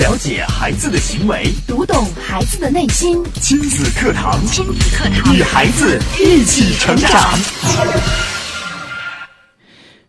了解孩子的行为，读懂孩子的内心。亲子课堂，亲子课堂与孩子一起成长。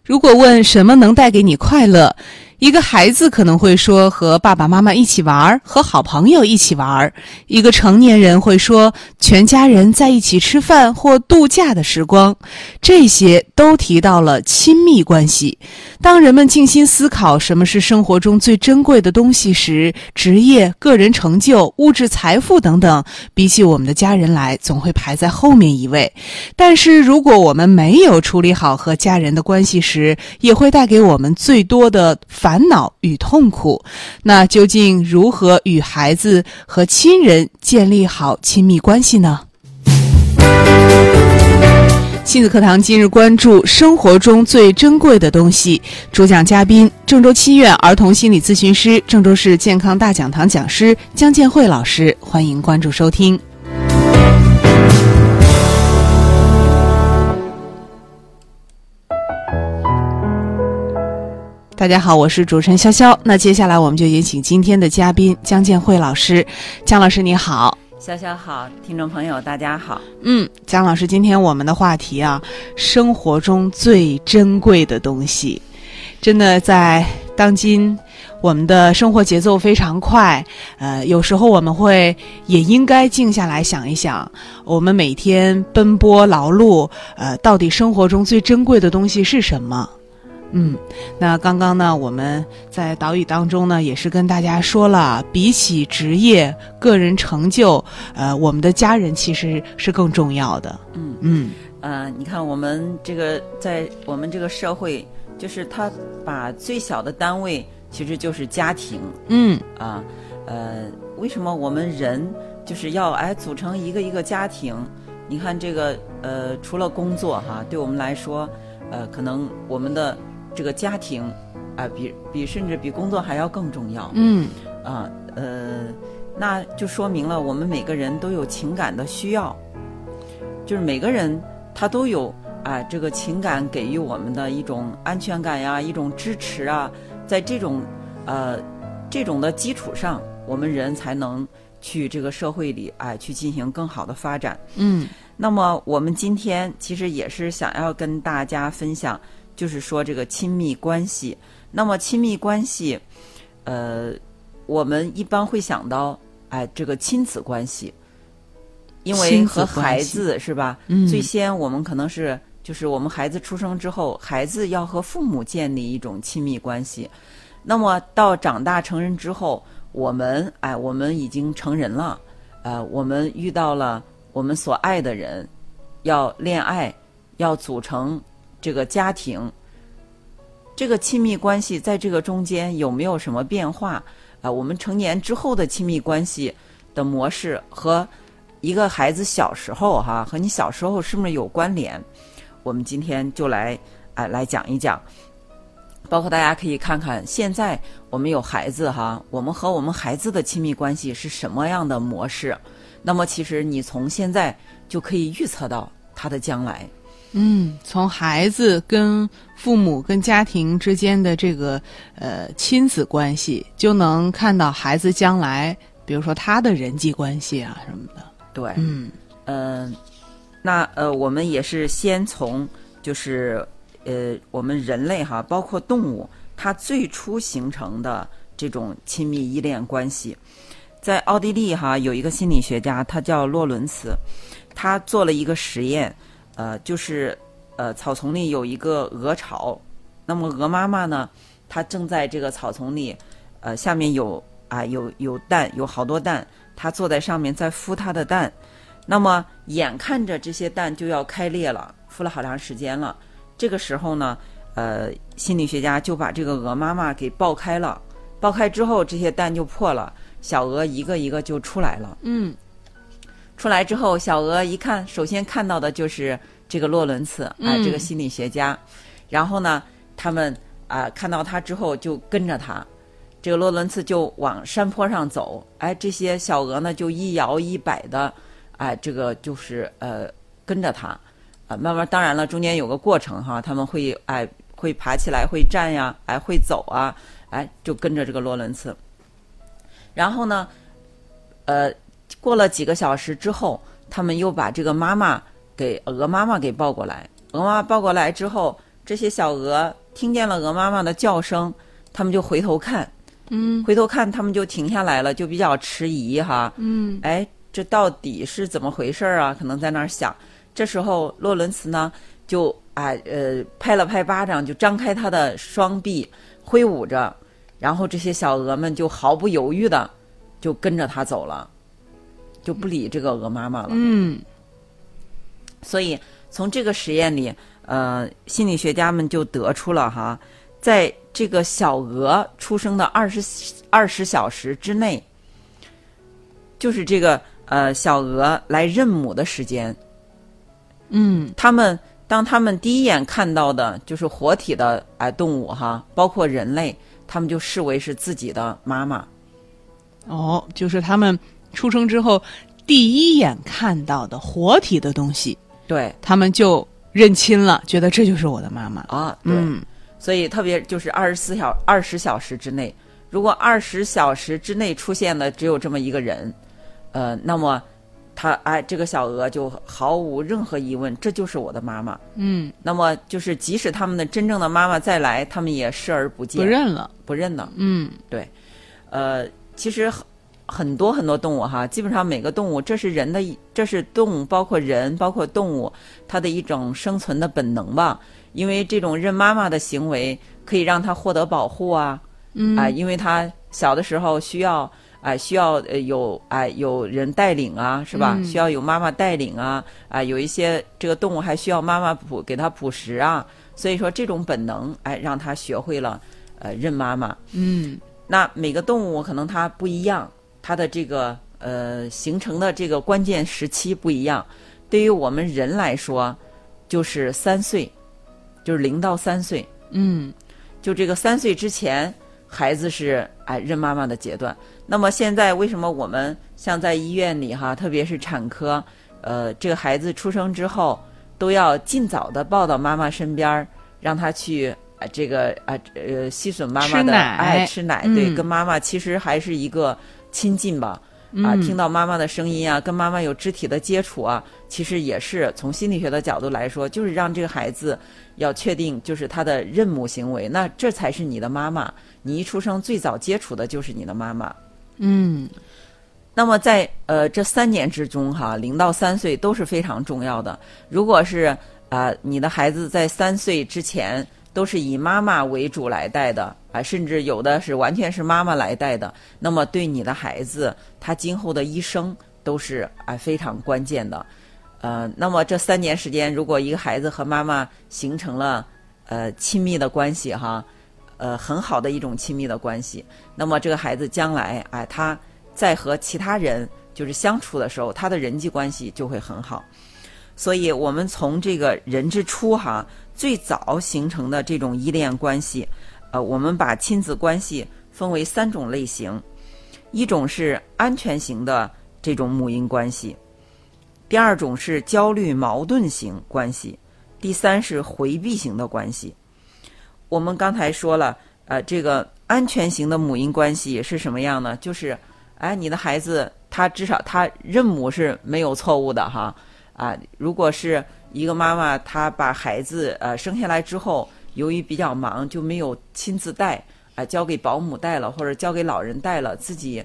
如果问什么能带给你快乐，一个孩子可能会说和爸爸妈妈一起玩儿，和好朋友一起玩儿；一个成年人会说全家人在一起吃饭或度假的时光。这些都提到了亲密关系。当人们静心思考什么是生活中最珍贵的东西时，职业、个人成就、物质财富等等，比起我们的家人来，总会排在后面一位。但是，如果我们没有处理好和家人的关系时，也会带给我们最多的烦恼与痛苦。那究竟如何与孩子和亲人建立好亲密关系呢？亲子课堂今日关注生活中最珍贵的东西，主讲嘉宾郑州七院儿童心理咨询师、郑州市健康大讲堂讲师江建慧老师，欢迎关注收听。大家好，我是主持人潇潇。那接下来我们就有请今天的嘉宾江建慧老师。江老师你好，潇潇好，听众朋友大家好。嗯，江老师，今天我们的话题啊，生活中最珍贵的东西，真的在当今我们的生活节奏非常快，呃，有时候我们会也应该静下来想一想，我们每天奔波劳碌，呃，到底生活中最珍贵的东西是什么？嗯，那刚刚呢，我们在导语当中呢，也是跟大家说了，比起职业、个人成就，呃，我们的家人其实是更重要的。嗯嗯，呃，你看我们这个在我们这个社会，就是他把最小的单位其实就是家庭嗯，啊，呃，为什么我们人就是要哎组成一个一个家庭？你看这个呃，除了工作哈、对我们来说，呃，可能我们的这个家庭啊、比比甚至比工作还要更重要。嗯，啊，呃，那就说明了我们每个人都有情感的需要，就是每个人他都有啊、这个情感给予我们的一种安全感呀，一种支持啊，在这种呃这种的基础上，我们人才能去这个社会里哎、去进行更好的发展。嗯，那么我们今天其实也是想要跟大家分享，就是说这个亲密关系。那么亲密关系，呃，我们一般会想到，哎，这个亲子关系，因为亲子和关孩系子是吧？嗯最先我们可能是就是我们孩子出生之后，孩子要和父母建立一种亲密关系。那么到长大成人之后，我们哎，我们已经成人了，呃，我们遇到了我们所爱的人，要恋爱，要组成这个家庭，这个亲密关系在这个中间有没有什么变化？啊、我们成年之后的亲密关系的模式和一个孩子小时候哈、和你小时候是不是有关联？我们今天就来啊、来讲一讲，包括大家可以看看现在我们有孩子哈，我们和我们孩子的亲密关系是什么样的模式？那么其实你从现在就可以预测到他的将来。嗯，从孩子跟父母、跟家庭之间的这个呃亲子关系，就能看到孩子将来，比如说他的人际关系啊什么的。对，嗯嗯，那呃，我们也是先从就是呃，我们人类哈，包括动物，它最初形成的这种亲密依恋关系，在奥地利哈有一个心理学家，他叫洛伦茨，他做了一个实验，呃，就是呃，草丛里有一个鹅巢，那么鹅妈妈呢，它正在这个草丛里，呃，下面有啊有有蛋，有好多蛋，它坐在上面在孵它的蛋。那么眼看着这些蛋就要开裂了，孵了好长时间了。这个时候呢，呃，心理学家就把这个鹅妈妈给爆开了。爆开之后，这些蛋就破了，小鹅一个一个就出来了。嗯出来之后，小鹅一看，首先看到的就是这个洛伦茨，啊、嗯这个心理学家。然后呢，他们啊、看到他之后就跟着他，这个洛伦茨就往山坡上走。哎，这些小鹅呢就一摇一摆的，哎、这个就是呃跟着他，啊、慢慢当然了，中间有个过程哈，他们会哎、会爬起来，会站呀，哎、会走啊，哎、就跟着这个洛伦茨。然后呢，呃，过了几个小时之后，他们又把这个妈妈给呃鹅妈妈给抱过来。鹅妈妈抱过来之后，这些小鹅听见了鹅妈妈的叫声，他们就回头看，嗯回头看他们就停下来了，就比较迟疑哈。嗯哎，这到底是怎么回事儿啊？可能在那儿想。这时候，洛伦茨呢，就哎呃拍了拍巴掌，就张开他的双臂挥舞着，然后这些小鹅们就毫不犹豫的就跟着他走了，就不理这个鹅妈妈了。嗯所以从这个实验里，呃，心理学家们就得出了哈，在这个小鹅出生的二十二十小时之内，就是这个呃小鹅来认母的时间，嗯他们当他们第一眼看到的就是活体的哎动物哈，包括人类，他们就视为是自己的妈妈。哦，就是他们出生之后第一眼看到的活体的东西，对他们就认亲了，觉得这就是我的妈妈。啊，对。嗯所以特别就是二十四小二十小时之内，如果二十小时之内出现的只有这么一个人，呃，那么他哎，这个小鹅就毫无任何疑问，这就是我的妈妈。嗯，那么就是即使他们的真正的妈妈再来，他们也视而不见，不认了。不认了。嗯呃，其实很很多很多动物哈，基本上每个动物，这是人的一，这是动物，包括人，包括动物，它的一种生存的本能吧。因为这种认妈妈的行为，可以让它获得保护啊，嗯啊、因为它小的时候需要，啊、需要呃有啊、有人带领啊，是吧？嗯需要有妈妈带领啊，啊、有一些这个动物还需要妈妈捕给它捕食啊，所以说这种本能，哎、让它学会了呃认妈妈。嗯那每个动物可能它不一样，它的这个呃形成的这个关键时期不一样。对于我们人来说，就是三岁，就是零到三岁，嗯就这个三岁之前，孩子是哎认妈妈的阶段。那么现在为什么我们像在医院里哈，特别是产科，呃，这个孩子出生之后都要尽早的抱到妈妈身边儿，让他去啊、这个啊呃吸吮妈妈吃的奶哎吃奶，嗯对，跟妈妈其实还是一个亲近吧。啊，嗯听到妈妈的声音啊，跟妈妈有肢体的接触啊，其实也是从心理学的角度来说，就是让这个孩子要确定就是他的认母行为，那这才是你的妈妈。你一出生最早接触的就是你的妈妈。嗯那么在呃这三年之中哈，零到三岁都是非常重要的。如果是啊、呃你的孩子在三岁之前都是以妈妈为主来带的啊、甚至有的是完全是妈妈来带的，那么对你的孩子他今后的一生都是啊、非常关键的。呃，那么这三年时间，如果一个孩子和妈妈形成了呃亲密的关系哈，呃很好的一种亲密的关系，那么这个孩子将来哎、他。在和其他人就是相处的时候，他的人际关系就会很好。所以，我们从这个人之初哈，最早形成的这种依恋关系，呃，我们把亲子关系分为三种类型，一种是安全型的这种母婴关系，第二种是焦虑矛盾型关系，第三是回避型的关系。我们刚才说了，呃，这个安全型的母婴关系是什么样呢？就是哎，你的孩子他至少他认母是没有错误的哈啊。如果是一个妈妈，她把孩子呃生下来之后，由于比较忙就没有亲自带啊、交给保姆带了或者交给老人带了，自己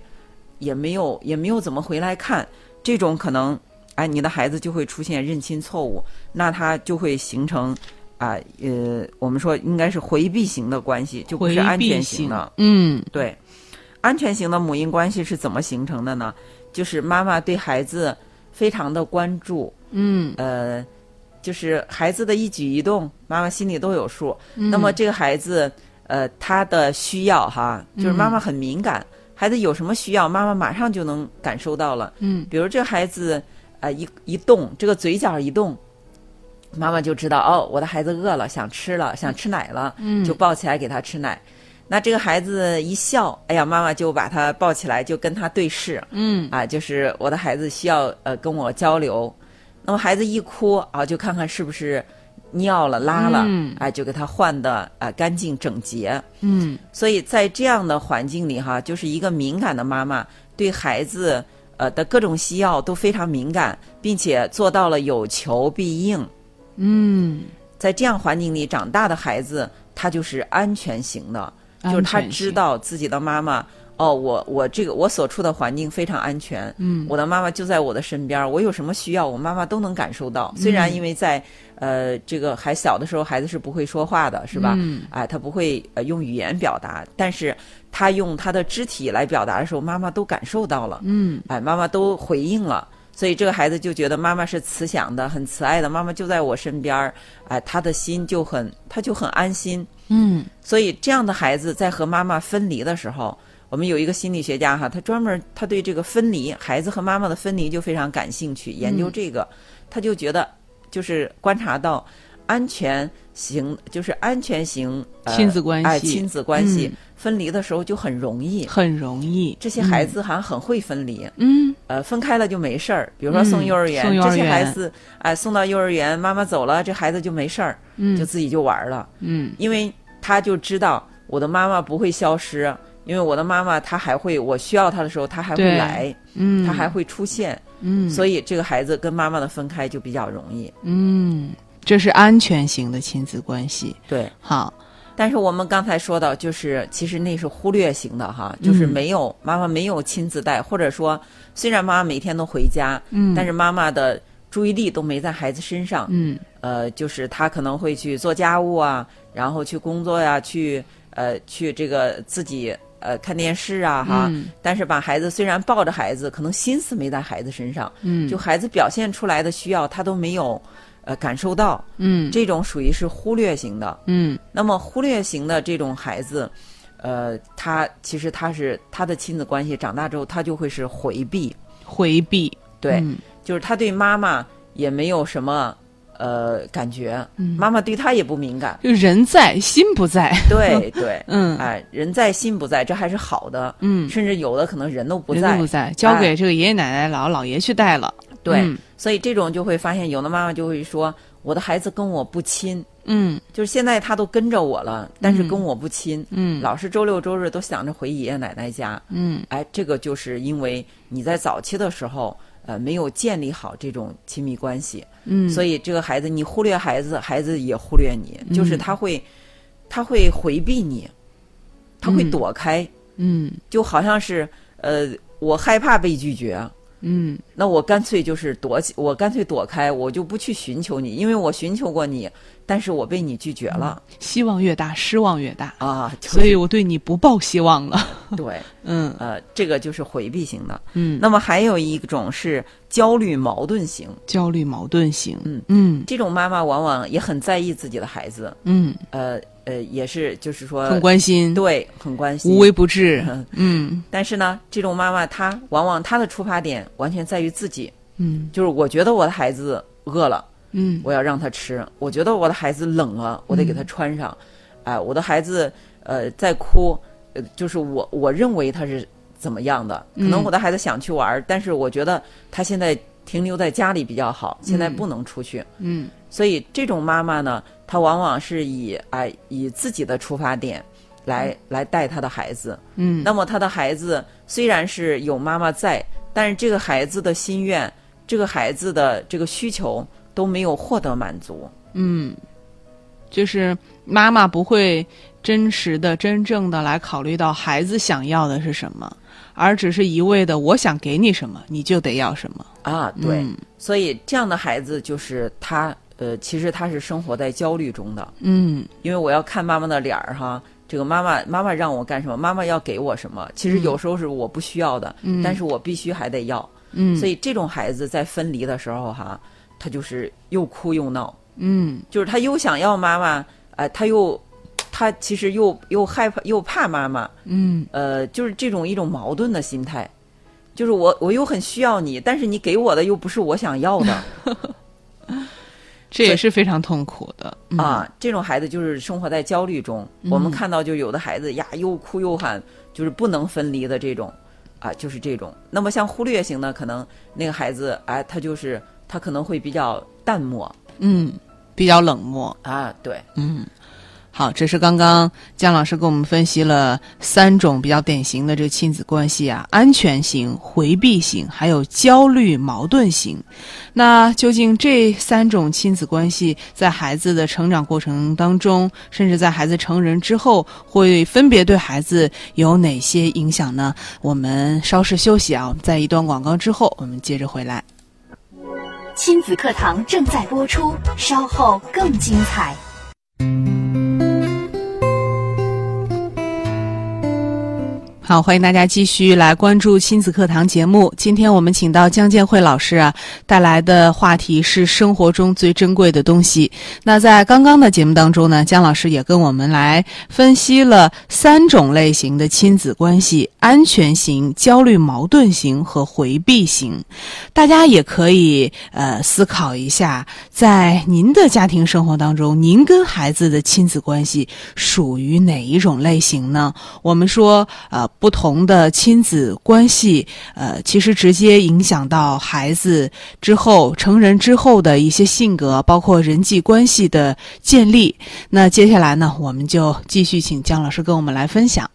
也没有也没有怎么回来看，这种可能哎，你的孩子就会出现认亲错误，那他就会形成啊呃我们说应该是回避型的关系，就不是安全型的。嗯对，安全型的母婴关系是怎么形成的呢？就是妈妈对孩子非常的关注，嗯呃，就是孩子的一举一动，妈妈心里都有数。嗯那么这个孩子，呃，他的需要哈，嗯就是妈妈很敏感，孩子有什么需要，妈妈马上就能感受到了。嗯比如这孩子啊、呃一一动，这个嘴角一动，妈妈就知道哦，我的孩子饿了，想吃了，想吃奶了，嗯就抱起来给他吃奶。那这个孩子一笑，哎呀，妈妈就把他抱起来，就跟他对视嗯啊，就是我的孩子需要呃跟我交流。那么孩子一哭啊，就看看是不是尿了、拉了，嗯哎，就给它换的啊、呃干净整洁。嗯所以在这样的环境里哈，就是一个敏感的妈妈对孩子呃的各种需要都非常敏感，并且做到了有求必应。嗯，在这样环境里长大的孩子，他就是安全型的，安就是他全知性道自己的妈妈。哦，我我这个我所处的环境非常安全，嗯，我的妈妈就在我的身边儿，我有什么需要，我妈妈都能感受到。虽嗯然因为在、呃这个还小的时候，孩子是不会说话的，是吧？嗯哎，他不会呃用语言表达，但是他用他的肢体来表达的时候，妈妈都感受到了，嗯，哎，妈妈都回应了。所以这个孩子就觉得妈妈是慈祥的，很慈爱的，妈妈就在我身边儿，哎，他的心就很，他就很安心。嗯所以这样的孩子在和妈妈分离的时候，我们有一个心理学家哈，他专门他对这个分离孩子和妈妈的分离就非常感兴趣，研究这个，他就觉得就是观察到安全型就是安全型、呃亲子关系哎亲子关系、嗯分离的时候就很容易。很容易。这些孩子好像很会分离，嗯，呃，分开了就没事儿。比如说送嗯幼儿园，送幼儿这些园孩子哎、送到幼儿园，妈妈走了，这孩子就没事儿，嗯就自己就玩儿了。嗯因为他就知道我的妈妈不会消失，因为我的妈妈她还会，我需要她的时候她还会对来，嗯，她还会出现，嗯，所以这个孩子跟妈妈的分开就比较容易。嗯，这是安全型的亲子关系。对，好，但是我们刚才说到，就是其实那是忽略型的嗯哈，就是没有、妈妈没有亲自带，或者说虽然妈妈每天都回家，嗯但是妈妈的注意力都没在孩子身上，嗯呃，就是他可能会去做家务啊，然后去工作呀、去呃去这个自己呃看电视啊哈。嗯但是把孩子虽然抱着孩子，可能心思没在孩子身上，嗯，就孩子表现出来的需要他都没有呃感受到，嗯这种属于是忽略型的。嗯那么忽略型的这种孩子。呃，他其实他是他的亲子关系，长大之后他就会是回避，回避。对，嗯就是他对妈妈也没有什么呃感觉，嗯。妈妈对他也不敏感就人在心不在。 对对，嗯哎，人在心不在，这还是好的。嗯，甚至有的可能人都不人在，都不在，交哎给这个爷爷奶奶、姥姥姥爷去带了。对，嗯所以这种就会发现，有的妈妈就会说，我的孩子跟我不亲，嗯就是现在他都跟着我了，但是跟我不亲，嗯老是周六周日都想着回爷爷奶奶家。嗯哎，这个就是因为你在早期的时候，呃，没有建立好这种亲密关系，嗯，所以以这个孩子，你忽略孩子，孩子也忽略你，嗯就是他会，他会回避你，他会嗯躲开，嗯就好像是呃，我害怕被拒绝，嗯那我干脆就是躲起，我干脆躲开，我就不去寻求你，因为我寻求过你，但是我被你拒绝了、希望越大，失望越大。啊，就是嗯所以我对你不抱希望 了。对，嗯呃，这个就是回避型的。嗯，那么还有一种是焦虑矛盾型，焦虑矛盾型。嗯嗯这种妈妈往往也很在意自己的孩子，嗯，呃呃，也是就是说很关心，对，很关心，嗯无微不至。嗯但是呢，这种妈妈她往往她的出发点完全在于自己，嗯就是我觉得我的孩子饿了，嗯我要让他吃；我觉得我的孩子冷了，我得给他穿上。嗯哎，我的孩子呃在哭，呃，就是我我认为他是怎么样的？可能嗯我的孩子想去玩儿，但是我觉得他现在停留在家里比较好，现在嗯不能出去。嗯所以这种妈妈呢，她往往是以哎、以自己的出发点来来带她的孩子。嗯，那么他的孩子虽然是有妈妈在，但是这个孩子的心愿，这个孩子的这个需求都没有获得满足。嗯，就是妈妈不会真实的、真正的来考虑到孩子想要的是什么，而只是一味的我想给你什么，你就得要什么。啊，对，嗯所以这样的孩子就是他，呃，其实他是生活在焦虑中的，嗯因为我要看妈妈的脸儿哈，这个妈妈妈妈让我干什么，妈妈要给我什么，其实有时候是我不需要的，嗯但是我必须还得要，嗯，所以以这种孩子在分离的时候哈，他就是又哭又闹，嗯就是他又想要妈妈，呃，他又他其实又又害怕又怕妈妈，嗯呃，就是这种一种矛盾的心态，就是我我又很需要你，但是你给我的又不是我想要的这也是非常痛苦的。嗯啊，这种孩子就是生活在焦虑中。我们看到就有的孩子呀，又哭又喊，就是不能分离的这种，啊，就是这种。那么像忽略型啊的，可能那个孩子哎，他就是他可能会比较淡漠，嗯比较冷漠。啊，对，嗯好，这是刚刚姜老师给我们分析了三种比较典型的这个亲子关系啊，安全型、回避型，还有焦虑矛盾型。那究竟这三种亲子关系在孩子的成长过程当中，甚至在孩子成人之后，会分别对孩子有哪些影响呢？我们稍事休息啊，我们在一段广告之后，我们接着回来。亲子课堂正在播出，稍后更精彩。好，欢迎大家继续来关注亲子课堂节目。今天我们请到江建慧老师啊，带来的话题是生活中最珍贵的东西。那在刚刚的节目当中呢，姜老师也跟我们来分析了三种类型的亲子关系：安全型、焦虑矛盾型和回避型。大家也可以呃思考一下，在您的家庭生活当中，您跟孩子的亲子关系属于哪一种类型呢？我们说，呃，不同的亲子关系，呃，其实直接影响到孩子之后、成人之后的一些性格，包括人际关系的建立。那接下来呢，我们就继续请姜老师跟我们来分享。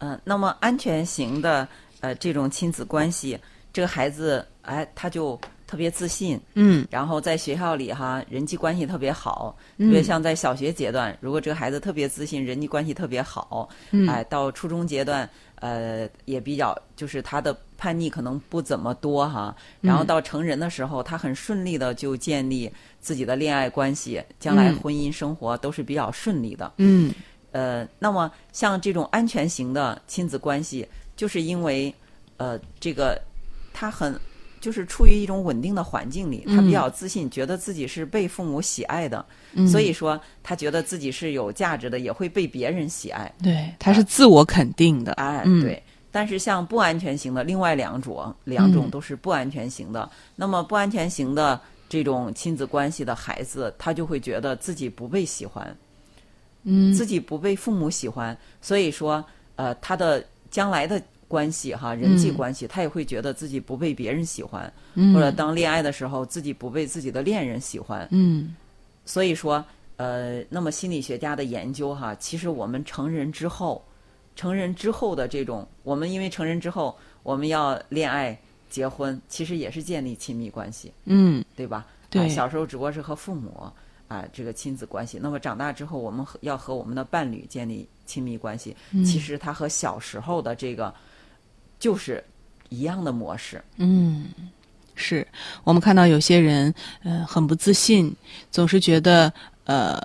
嗯，那么安全型的呃这种亲子关系，这个孩子哎他就特别自信，嗯然后在学校里哈人际关系特别好，特嗯别像在小学阶段，如果这个孩子特别自信，人际关系特别好，嗯哎，到初中阶段呃也比较就是他的叛逆可能不怎么多哈，嗯然后到成人的时候，他很顺利的就建立自己的恋爱关系，将来嗯婚姻生活都是比较顺利的。嗯呃，那么像这种安全型的亲子关系，就是因为呃，这个他很就是处于一种稳定的环境里，他比较自信，觉得自己是被父母喜爱的，所以说他觉得自己是有价值的，也会被别人喜爱。对，他是自我肯定的。哎，嗯对。但是像不安全型的，另外两种两种都是不安全型的。那么不安全型的这种亲子关系的孩子，他就会觉得自己不被喜欢，嗯，自己不被父母喜欢，所以说，呃，他的将来的关系哈，人际关系，他也会觉得自己不被别人喜欢，嗯或者当恋爱的时候，自己不被自己的恋人喜欢，嗯所以说，呃，那么心理学家的研究哈，其实我们成人之后，成人之后的这种，我们因为成人之后，我们要恋爱、结婚，其实也是建立亲密关系，嗯对吧？对啊小时候只不过是和父母啊、这个亲子关系，那么长大之后，我们和要和我们的伴侣建立亲密关系，嗯其实它和小时候的这个就是一样的模式。嗯，是我们看到有些人，呃，很不自信，总是觉得，呃，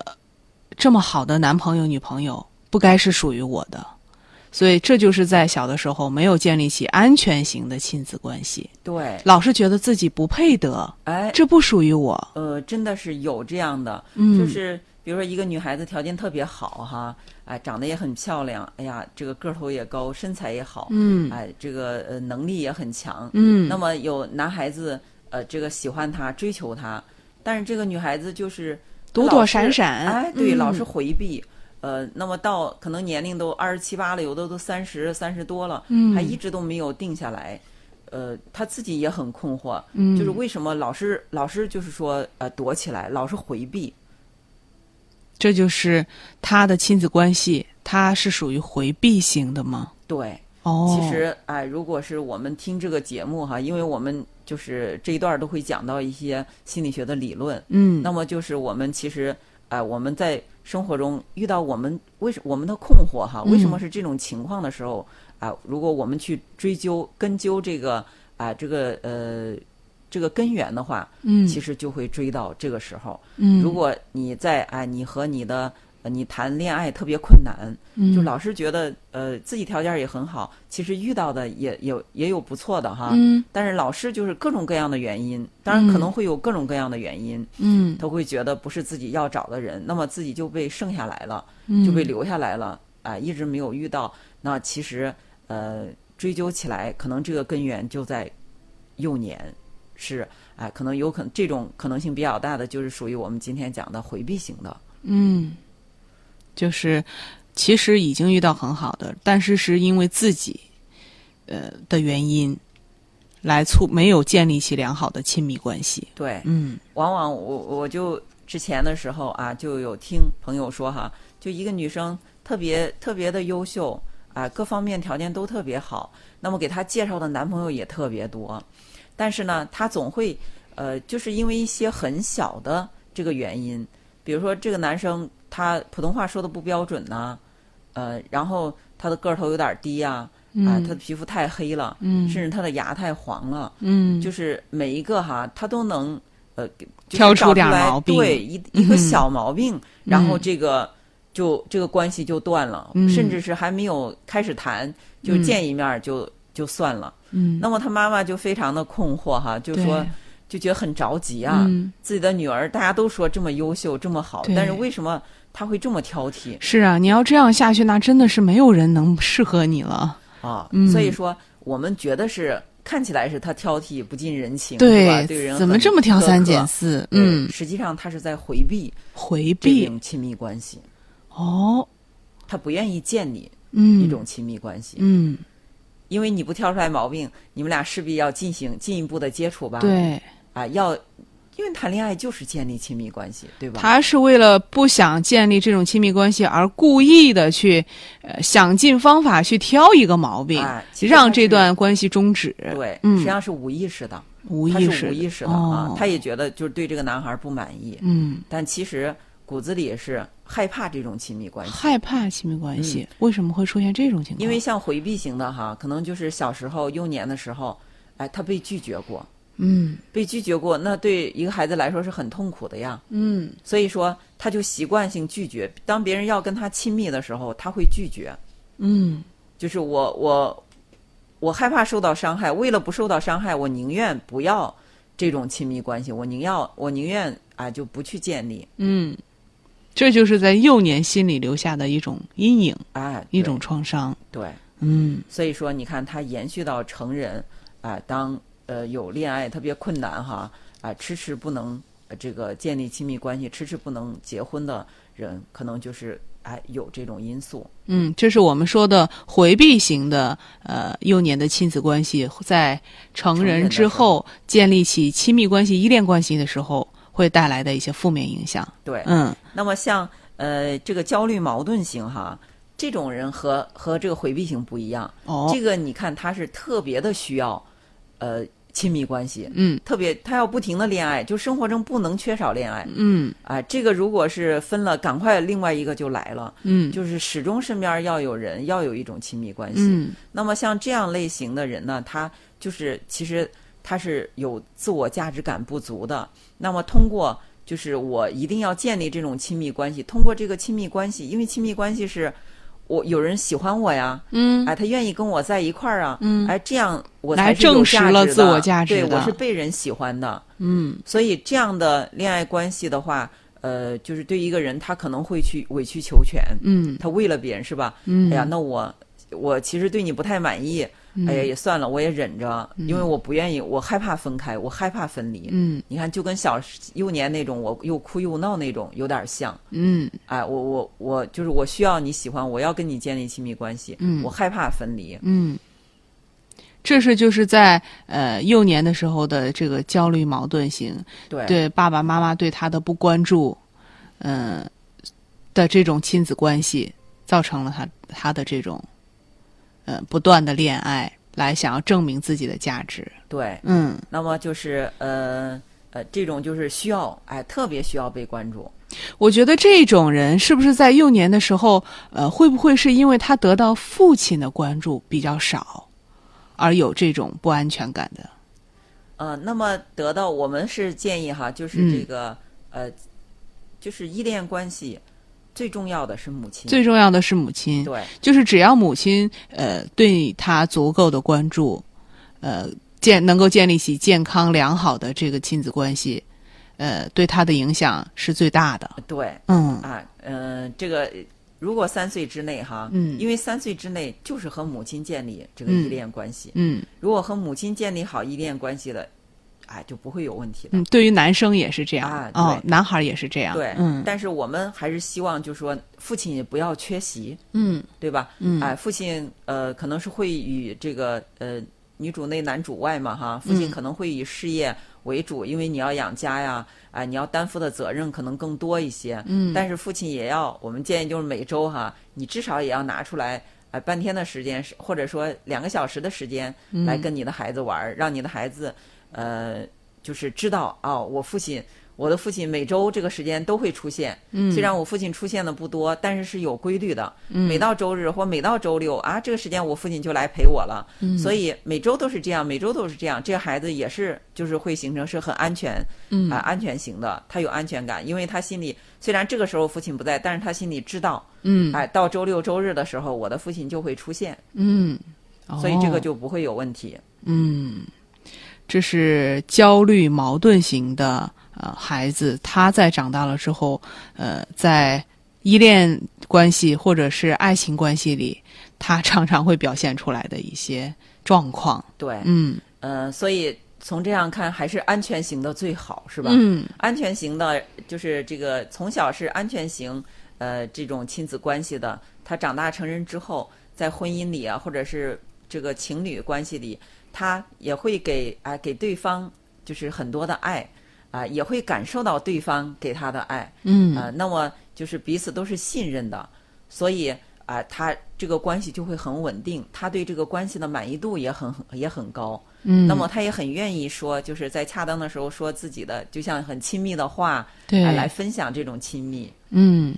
这么好的男朋友、女朋友不该是属于我的，所以这就是在小的时候没有建立起安全型的亲子关系，对，老是觉得自己不配得，哎，这不属于我。呃，真的是有这样的，嗯就是比如说一个女孩子条件特别好哈，哎，长得也很漂亮，哎呀，这个个头也高，身材也好，嗯哎，这个呃能力也很强，嗯那么有男孩子呃这个喜欢她，追求她，但是这个女孩子就是躲老躲是闪闪哎，对，嗯老是回避。呃，那么到可能年龄都二十七八了，有的都三十三十多了，嗯还一直都没有定下来，呃，他自己也很困惑，嗯就是为什么老是老是就是说呃躲起来，老是回避，这就是他的亲子关系，他是属于回避型的吗？对，哦，其实哎、如果是我们听这个节目哈，因为我们就是这一段都会讲到一些心理学的理论，嗯，那么就是我们其实哎、我们在生活中遇到我们为什我们的困惑哈，嗯为什么是这种情况的时候啊、如果我们去追究根究这个啊、这个呃这个根源的话，嗯其实就会追到这个时候。嗯，如果你在啊，你和你的呃你谈恋爱特别困难，就嗯老是觉得呃自己条件也很好，其实遇到的也有也有不错的哈，嗯但是老是就是各种各样的原因，当然可能会有各种各样的原因，嗯他会觉得不是自己要找的人，那么自己就被剩下来了，嗯就被留下来了啊、一直没有遇到。那其实呃，追究起来，可能这个根源就在幼年，是哎、可能有可这种可能性比较大的，就是属于我们今天讲的回避型的。嗯，就是其实已经遇到很好的，但是是因为自己呃的原因，来促没有建立起良好的亲密关系。对，嗯往往我我就之前的时候啊，就有听朋友说哈，就一个女生特别特别的优秀啊，各方面条件都特别好，那么给她介绍的男朋友也特别多，但是呢，她总会呃，就是因为一些很小的这个原因，比如说这个男生他普通话说的不标准呐、呃，然后他的个头有点低呀、啊，他的皮肤太黑了，嗯甚至他的牙太黄了，嗯，就是每一个哈，他都能呃就是挑出找点来毛病嗯对一一个小毛病，然后这个就这个关系就断了，嗯甚至是还没有开始谈，就见一面儿就、就算了。嗯，那么他妈妈就非常的困惑哈，就对说就觉得很着急啊，嗯自己的女儿大家都说这么优秀这么好对，但是为什么她会这么挑剔？是啊，你要这样下去，那真的是没有人能适合你了。啊，嗯所以说我们觉得是看起来是他挑剔不近人情，对吧？对，对人怎么很这么挑苛三刻拣四？对嗯，实际上他是在回避这回避种亲密关系，哦，他不愿意建立嗯，一种亲密关系，嗯，因为你不挑出来毛病，你们俩势必要进行进一步的接触吧？，对，啊，要，因为谈恋爱就是建立亲密关系，对吧？他是为了不想建立这种亲密关系而故意的去，呃，想尽方法去挑一个毛病，哎其实让他这是段关系终止。对，实嗯际，上是无意识的，无意他识是的，无意识的、哦啊，他也觉得就是对这个男孩不满意，嗯，但其实骨子里是害怕这种亲密关系。害怕亲密关系，为什么会出现这种情嗯况？因为像回避型的哈，可能就是小时候幼年的时候，哎，他被拒绝过，嗯被拒绝过，那对一个孩子来说是很痛苦的呀。嗯所以说，他就习惯性拒绝。当别人要跟他亲密的时候，他会拒绝。嗯就是我我我害怕受到伤害，为了不受到伤害，我宁愿不要这种亲密关系，我宁要我宁愿啊就不去建立。嗯，这就是在幼年心里留下的一种阴影，哎，一对种创伤。对。嗯所以说，你看它延续到成人啊、当呃有恋爱特别困难哈啊、迟迟不能、呃这个建立亲密关系，迟迟不能结婚的人，可能就是哎、有这种因素。嗯，这是我们说的回避型的呃幼年的亲子关系，在成成人人的之时候后建立起亲密关系、依恋关系的时候，会带来的一些负面影响。对，嗯那么像呃这个焦虑矛盾型哈，这种人和和这个回避型不一样，哦这个你看他是特别的需要呃亲密关系，嗯特别他要不停的恋爱，就生活中不能缺少恋爱。嗯啊，这个如果是分了，赶快另外一个就来了，嗯就是始终身边要有人，要有一种亲密关系。嗯那么像这样类型的人呢，他就是其实他是有自我价值感不足的。那么通过就是我一定要建立这种亲密关系，通过这个亲密关系，因为亲密关系是我有人喜欢我呀，嗯哎，他愿意跟我在一块儿啊，嗯哎，这样我来才是有证实价了值自的我价值对的我是被人喜欢的。嗯所以这样的恋爱关系的话，呃，就是对一个人他可能会去委曲求全，嗯他为了别人是吧？嗯，嗯哎呀，那我我其实对你不太满意，哎呀也算了，我也忍着，因为我不愿意，我害怕分开，我害怕分离。嗯你看，就跟小时幼年那种我又哭又闹那种有点像。嗯哎，我我我就是我需要你喜欢，我要跟你建立亲密关系，嗯我害怕分离。嗯，这是就是在呃幼年的时候的这个焦虑矛盾型，对对爸爸妈妈对他的不关注，嗯、的这种亲子关系，造成了他他的这种，呃，不断的恋爱，来想要证明自己的价值。对嗯，那么就是呃呃，这种就是需要哎，特别需要被关注。我觉得这种人是不是在幼年的时候，呃，会不会是因为他得到父亲的关注比较少，而有这种不安全感的？呃，那么得到我们是建议哈，就是嗯这个、呃，就是依恋关系最重要的是母亲，最重要的是母亲，对就是只要母亲呃对他足够的关注，呃建能够建立起健康良好的这个亲子关系，呃对他的影响是最大的。对嗯啊，呃，这个如果三岁之内哈，嗯因为三岁之内就是和母亲建立这个嗯依恋关系，嗯如果和母亲建立好依恋关系的，哎，就不会有问题的。嗯，对于男生也是这样啊哦，对男孩儿也是这样。对，嗯但是我们还是希望，就说父亲也不要缺席，嗯对吧？嗯哎，父亲呃，可能是会与这个呃女主内男主外嘛哈，父亲可能会以事业为主，因为你要养家呀，啊，你要担负的责任可能更多一些。嗯，但是父亲也要，我们建议就是每周哈，你至少也要拿出来。哎，半天的时间，或者说两个小时的时间，来跟你的孩子玩儿，让你的孩子，呃，就是知道哦，我父亲，我的父亲每周这个时间都会出现。嗯，虽然我父亲出现的不多，但是是有规律的。嗯，每到周日或每到周六啊，这个时间我父亲就来陪我了。嗯，所以每周都是这样，每周都是这样，这个孩子也是就是会形成是很安全，嗯啊、安全型的，他有安全感，因为他心里虽然这个时候父亲不在，但是他心里知道。嗯哎，到周六周日的时候，我的父亲就会出现，嗯，所以这个哦就不会有问题。嗯，这是焦虑矛盾型的呃孩子，他在长大了之后，呃，在依恋关系或者是爱情关系里，他常常会表现出来的一些状况。对，嗯嗯、所以从这样看，还是安全型的最好，是吧？嗯安全型的，就是这个从小是安全型，呃，这种亲子关系的，他长大成人之后，在婚姻里啊，或者是这个情侣关系里，他也会给啊、给对方就是很多的爱啊、也会感受到对方给他的爱。嗯啊、那么就是彼此都是信任的，所以啊、他这个关系就会很稳定，他对这个关系的满意度也很也很高。嗯，那么他也很愿意说，就是在恰当的时候说自己的，就像很亲密的话，对啊来分享这种亲密。嗯，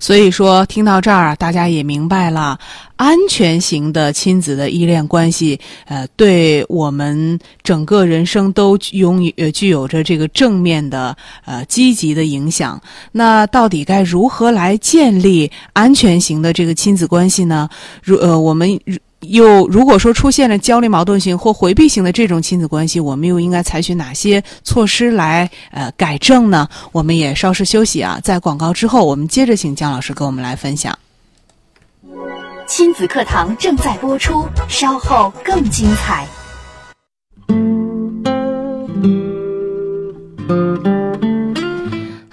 所以说听到这儿，啊大家也明白了，安全型的亲子的依恋关系，呃，对我们整个人生都具拥有呃具有着这个正面的呃积极的影响。那到底该如何来建立安全型的这个亲子关系呢？如呃，我们如又如果说出现了焦虑矛盾型或回避型的这种亲子关系，我们又应该采取哪些措施来呃改正呢？我们也稍事休息啊，在广告之后，我们接着请姜老师跟我们来分享。亲子课堂正在播出，稍后更精彩。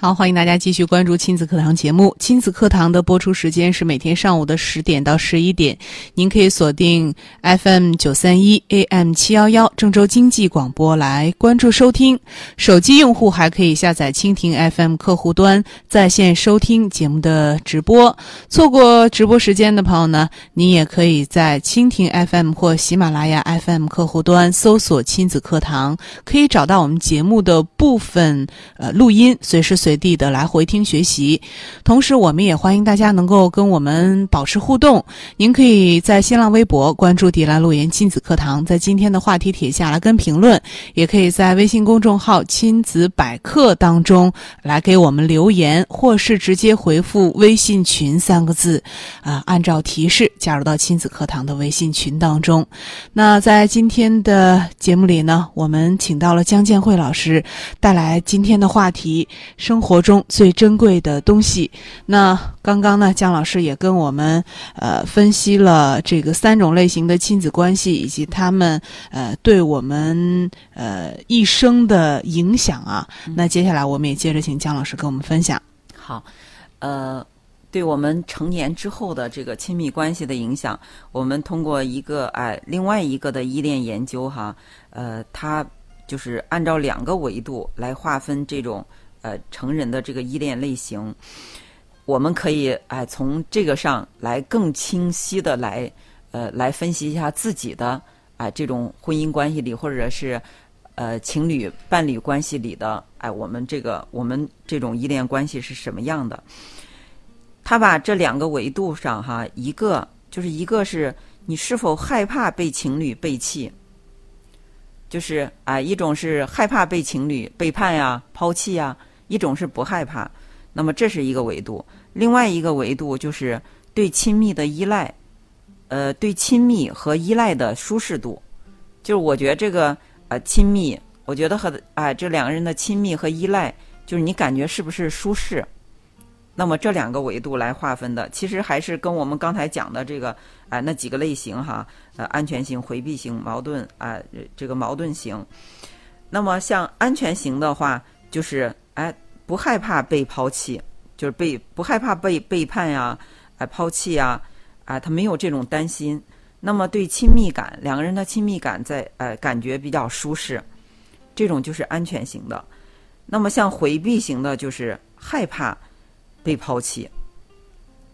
好，欢迎大家继续关注亲子课堂节目。亲子课堂的播出时间是每天上午的十点到十一点，您可以锁定 FM 九三一 AM 七幺幺郑州经济广播来关注收听。手机用户还可以下载蜻蜓 FM 客户端在线收听节目的直播。错过直播时间的朋友呢，您也可以在蜻蜓 FM 或喜马拉雅 FM 客户端搜索“亲子课堂”，可以找到我们节目的部分呃录音，随时随地的来回听学习。同时，我们也欢迎大家能够跟我们保持互动。您可以在新浪微博关注“迪兰路言亲子课堂”，在今天的话题帖下来跟评论，也可以在微信公众号“亲子百科”当中来给我们留言，或是直接回复“微信群”三个字，啊、按照提示加入到亲子课堂的微信群当中。那在今天的节目里呢，我们请到了江建慧老师，带来今天的话题：生活中最珍贵的东西。那刚刚呢，姜老师也跟我们呃分析了这个三种类型的亲子关系，以及他们呃对我们呃一生的影响啊。那接下来我们也接着请姜老师跟我们分享。好，呃，对我们成年之后的这个亲密关系的影响，我们通过一个哎、另外一个的依恋研究哈，呃，它就是按照两个维度来划分这种呃成人的这个依恋类型。我们可以哎、从这个上来更清晰的来呃来分析一下自己的哎、这种婚姻关系里或者是呃情侣伴侣关系里的，哎，我们这个我们这种依恋关系是什么样的？他把这两个维度上哈，一个就是一个是你是否害怕被情侣背弃，就是啊、哎一种是害怕被情侣背叛呀、抛弃呀、一种是不害怕。那么这是一个维度，另外一个维度就是对亲密的依赖，呃，对亲密和依赖的舒适度。就是我觉得这个呃亲密，我觉得和啊、这两个人的亲密和依赖，就是你感觉是不是舒适？那么这两个维度来划分的，其实还是跟我们刚才讲的这个啊、那几个类型哈，呃安全型、回避型、矛盾啊、呃这个矛盾型。那么像安全型的话，就是哎、不害怕被抛弃，就是哎被不害怕被背叛呀、哎、抛弃呀、啊，他没有这种担心。那么对亲密感，两个人的亲密感在呃感觉比较舒适，这种就是安全型的。那么像回避型的，就是害怕被抛弃，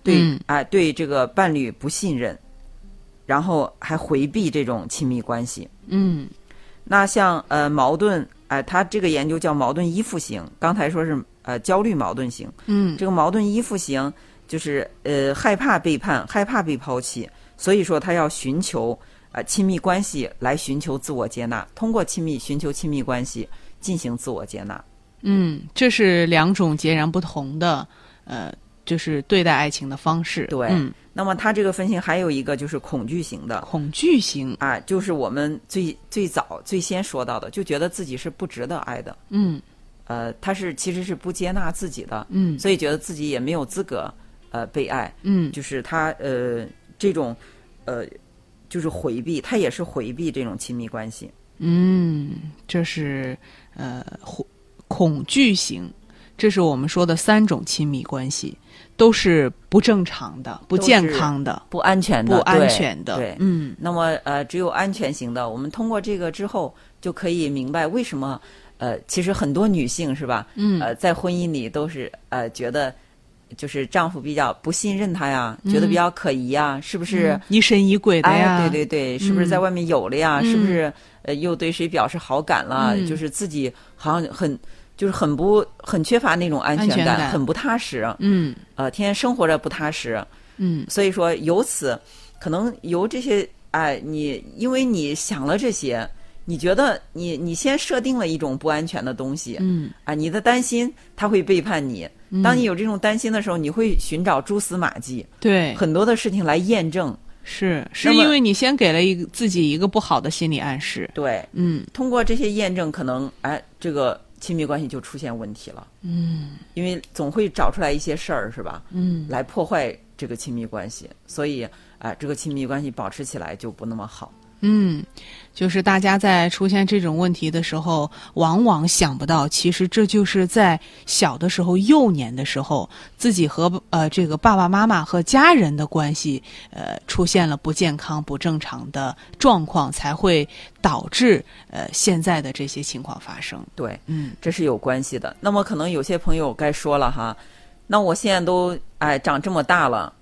对，哎、嗯对这个伴侣不信任，然后还回避这种亲密关系。嗯那像呃矛盾，哎、他这个研究叫矛盾依附型，刚才说是呃焦虑矛盾型，嗯这个矛盾依附型就是呃害怕背叛，害怕被抛弃，所以说他要寻求呃亲密关系来寻求自我接纳，通过亲密寻求亲密关系进行自我接纳。嗯，这是两种截然不同的，呃，就是对待爱情的方式。对嗯，那么他这个分型还有一个就是恐惧型的。恐惧型，啊，就是我们最最早最先说到的，就觉得自己是不值得爱的，嗯呃，他是其实是不接纳自己的，嗯所以觉得自己也没有资格呃被爱，嗯就是他呃这种呃就是回避，他也是回避这种亲密关系。嗯，这是呃恐恐惧型，这是我们说的三种亲密关系，都是不正常的、不都健是康的、不安全不的，安对全的。对，嗯那么呃，只有安全型的，我们通过这个之后就可以明白为什么呃，其实很多女性是吧，嗯呃，在婚姻里都是呃觉得就是丈夫比较不信任她呀，觉得比较可疑呀，是不是？疑神疑鬼的呀。哎，对对对，是不是在外面有了呀？嗯是不是呃又对谁表示好感了？嗯就是自己好像很就是很不很缺乏那种安全安全感很不踏实，嗯呃，天天生活着不踏实，嗯所以说由此可能由这些哎，你因为你想了这些，你觉得你你先设定了一种不安全的东西，嗯啊，你的担心他会背叛你。当你有这种担心的时候，你会寻找蛛丝马迹，对，很多的事情来验证。是那是么因为你先给了一个自己一个不好的心理暗示。对，嗯通过这些验证，可能哎，这个亲密关系就出现问题了。嗯，因为总会找出来一些事儿，是吧？嗯，来破坏这个亲密关系，所以哎，这个亲密关系保持起来就不那么好。嗯，就是大家在出现这种问题的时候，往往想不到，其实这就是在小的时候、幼年的时候，自己和呃这个爸爸妈妈和家人的关系，呃出现了不健康、不正常的状况，才会导致呃现在的这些情况发生。对，嗯这是有关系的。那么可能有些朋友该说了哈，那我现在都哎长这么大了，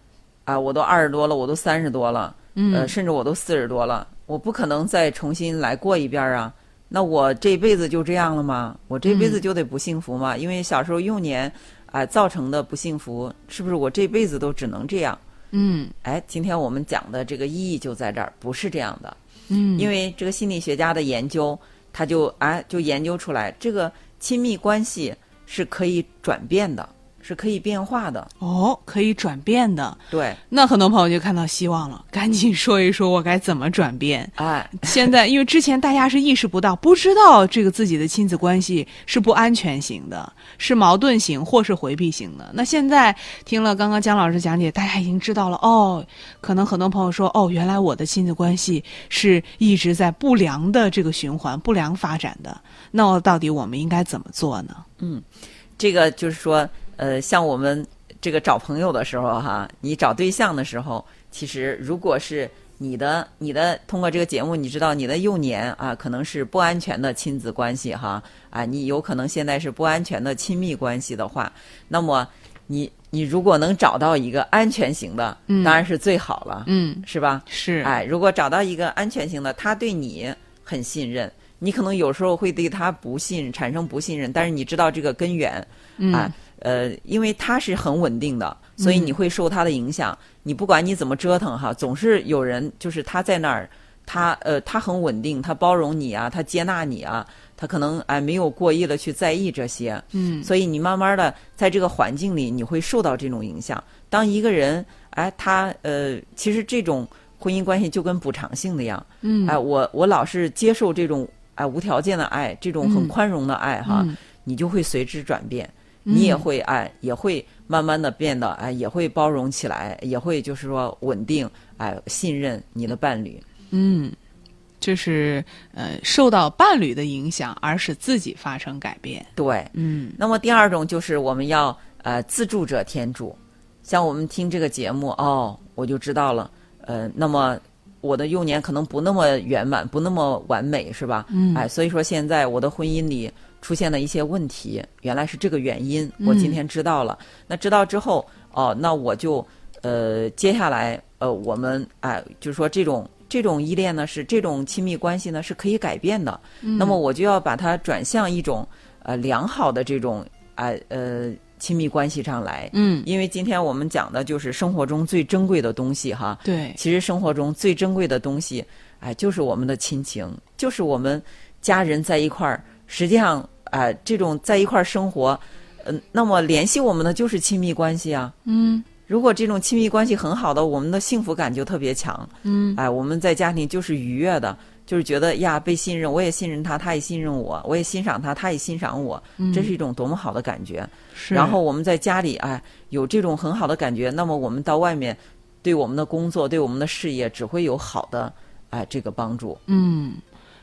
啊、我都二十多了，我都三十多了，呃，嗯甚至我都四十多了，我不可能再重新来过一遍儿啊。那我这辈子就这样了吗？我这辈子就得不幸福吗？因为小时候幼年啊、造成的不幸福，是不是我这辈子都只能这样？嗯哎，今天我们讲的这个意义就在这儿，不是这样的。嗯，因为这个心理学家的研究，他就哎就研究出来，这个亲密关系是可以转变的，是可以变化的。哦可以转变的，对，那很多朋友就看到希望了，赶紧说一说我该怎么转变。哎， 现在，因为之前大家是意识不到，不知道这个自己的亲子关系是不安全型的，是矛盾型或是回避型的。那现在听了刚刚姜老师讲解，大家已经知道了哦。可能很多朋友说，哦，原来我的亲子关系是一直在不良的这个循环、不良发展的。那我到底我们应该怎么做呢？这个就是说，呃，像我们这个找朋友的时候哈、你找对象的时候，其实如果是你的你的通过这个节目，你知道你的幼年啊，可能是不安全的亲子关系哈啊，你有可能现在是不安全的亲密关系的话，那么你你如果能找到一个安全型的，嗯当然是最好了，嗯，是吧？是，哎，如果找到一个安全性的，他对你很信任，你可能有时候会对他不信产生不信任，但是你知道这个根源，嗯哎，呃，因为他是很稳定的，所以你会受他的影响。你不管你怎么折腾哈，总是有人就是他在那儿，他呃他很稳定，他包容你啊，他接纳你啊，他可能哎没有过意的去在意这些，嗯所以你慢慢的在这个环境里，你会受到这种影响。当一个人，哎，他呃，其实这种婚姻关系就跟补偿性的一样，嗯哎，我我老是接受这种哎无条件的爱，这种很宽容的爱哈，嗯你就会随之转变，你也会哎，也会慢慢的变得哎，也会包容起来，也会就是说稳定哎，信任你的伴侣。嗯，就是呃，受到伴侣的影响而使自己发生改变。对，嗯那么第二种就是我们要呃自助者天助，像我们听这个节目哦，我就知道了，呃，那么我的幼年可能不那么圆满，不那么完美，是吧？嗯哎，所以说现在我的婚姻里出现了一些问题，原来是这个原因，我今天知道了。那知道之后，哦，那我就呃，接下来呃，我们哎，就是说这种这种依恋呢，是这种亲密关系呢是可以改变的。那么我就要把它转向一种呃良好的这种哎呃亲密关系上来。嗯，因为今天我们讲的就是生活中最珍贵的东西哈，对，其实生活中最珍贵的东西，哎，就是我们的亲情，就是我们家人在一块儿。实际上，哎、这种在一块儿生活，嗯、那么联系我们的就是亲密关系啊。嗯如果这种亲密关系很好的，我们的幸福感就特别强。嗯哎，我们在家庭就是愉悦的，就是觉得呀被信任，我也信任他，他也信任我，我也欣赏他，他也欣赏我，嗯这是一种多么好的感觉。啊是，然后我们在家里哎有这种很好的感觉，那么我们到外面对我们的工作、对我们的事业只会有好的哎这个帮助。嗯，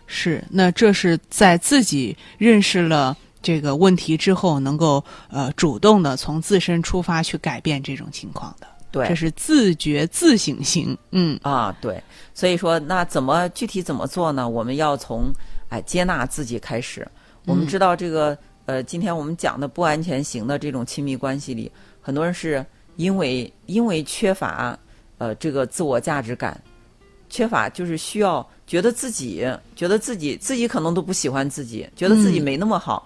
是，那这是在自己认识了这个问题之后，能够呃主动的从自身出发去改变这种情况的，这对是自觉自省型。嗯啊，对，所以说那怎么具体怎么做呢？我们要从哎接纳自己开始。我们知嗯道这个、呃，今天我们讲的不安全型的这种亲密关系里，很多人是因为因为缺乏呃这个自我价值感，缺乏就是需要觉得自己觉得自己自己可能都不喜欢自己，觉得自己嗯没那么好，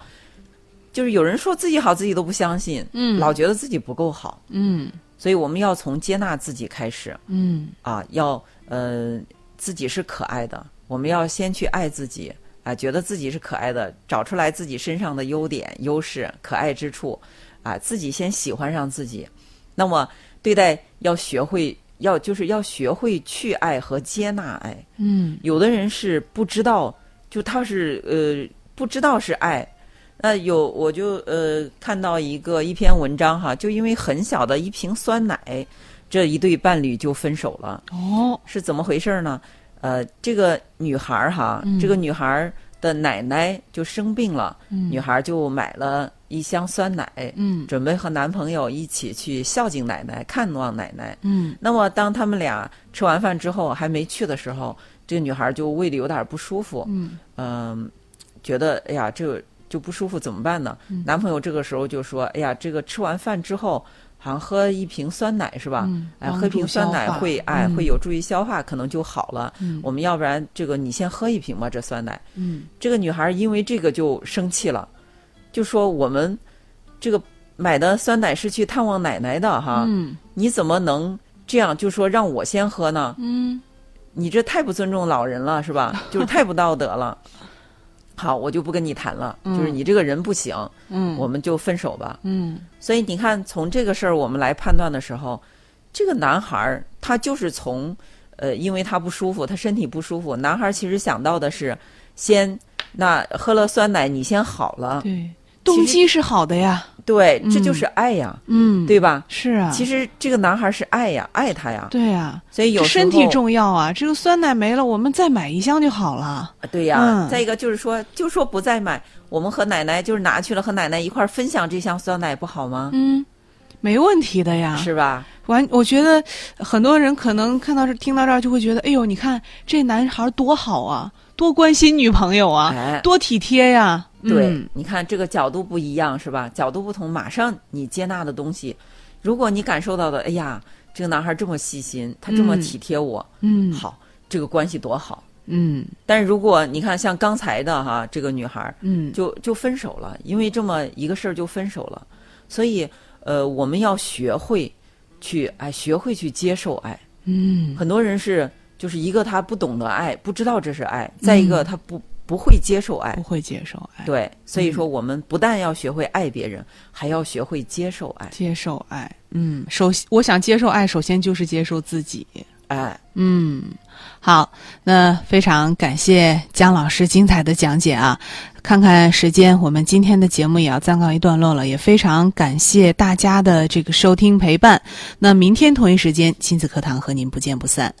就是有人说自己好，自己都不相信，嗯老觉得自己不够好，嗯所以我们要从接纳自己开始嗯啊，要呃自己是可爱的，我们要先去爱自己啊，觉得自己是可爱的，找出来自己身上的优点、优势、可爱之处啊，自己先喜欢上自己，那么对待要学会。要就是要学会去爱和接纳爱，嗯有的人是不知道，就他是呃不知道是爱。那有我就呃看到一个一篇文章哈，就因为很小的一瓶酸奶，这一对伴侣就分手了，哦是怎么回事呢？呃，这个女孩儿哈，嗯这个女孩儿的奶奶就生病了，女孩儿就买了一箱酸奶，嗯准备和男朋友一起去孝敬奶奶、看望奶奶。嗯那么当他们俩吃完饭之后还没去的时候，这个女孩就胃里有点不舒服，嗯嗯、觉得哎呀这个就不舒服怎么办呢？嗯男朋友这个时候就说，哎呀这个吃完饭之后好像喝一瓶酸奶是吧？嗯哎，帮喝一助瓶酸消奶化会哎、嗯会有助于消化，可能就好了。嗯我们要不然这个你先喝一瓶吧，这酸奶。嗯这个女孩因为这个就生气了，就说我们这个买的酸奶是去探望奶奶的哈。嗯你怎么能这样就说让我先喝呢？嗯你这太不尊重老人了，是吧？就是太不道德了。 好，我就不跟你谈了，嗯就是你这个人不行，嗯我们就分手吧。嗯所以你看，从这个事儿我们来判断的时候，这个男孩儿他就是从呃，因为他不舒服，他身体不舒服，男孩儿其实想到的是先那喝了酸奶，你先好了，对，动机是好的呀。对，这就嗯是爱呀，嗯，对吧？是啊，其实实这个男孩儿是爱呀，爱他呀，对呀，所以有这时身体候重要啊。这个酸奶没了，我们再买一箱就好了。对呀、嗯再一个就是说，就说不再买，我们和奶奶就是拿去了，和奶奶一块儿分享这箱酸奶，不好吗？嗯，没问题的呀。是吧？完，我觉得很多人可能看到这、听到这儿就会觉得，哎呦，你看这男孩多好啊，多关心女朋友啊，哎，多体贴呀、对、嗯你看这个角度不一样是吧？角度不同，马上你接纳的东西，如果你感受到的，哎呀，这个男孩这么细心，他这么嗯体贴我，嗯好，这个关系多好。嗯但是如果你看像刚才的哈，这个女孩，嗯，就就分手了，因为这么一个事儿就分手了。所以，呃，我们要学会去哎，学会去接受爱。嗯很多人是就是一个他不懂得爱，不知道这是爱；再一个嗯他不、不会接受爱不。会接受爱，对，所以说我们不但要学会爱别人，还要学会接受爱。接受爱，嗯，首先我想接受爱，首先就是接受自己。哎，嗯，好，那非常感谢姜老师精彩的讲解啊！看看时间，我们今天的节目也要暂告一段落了，也非常感谢大家的这个收听陪伴。那明天同一时间，亲子课堂和您不见不散。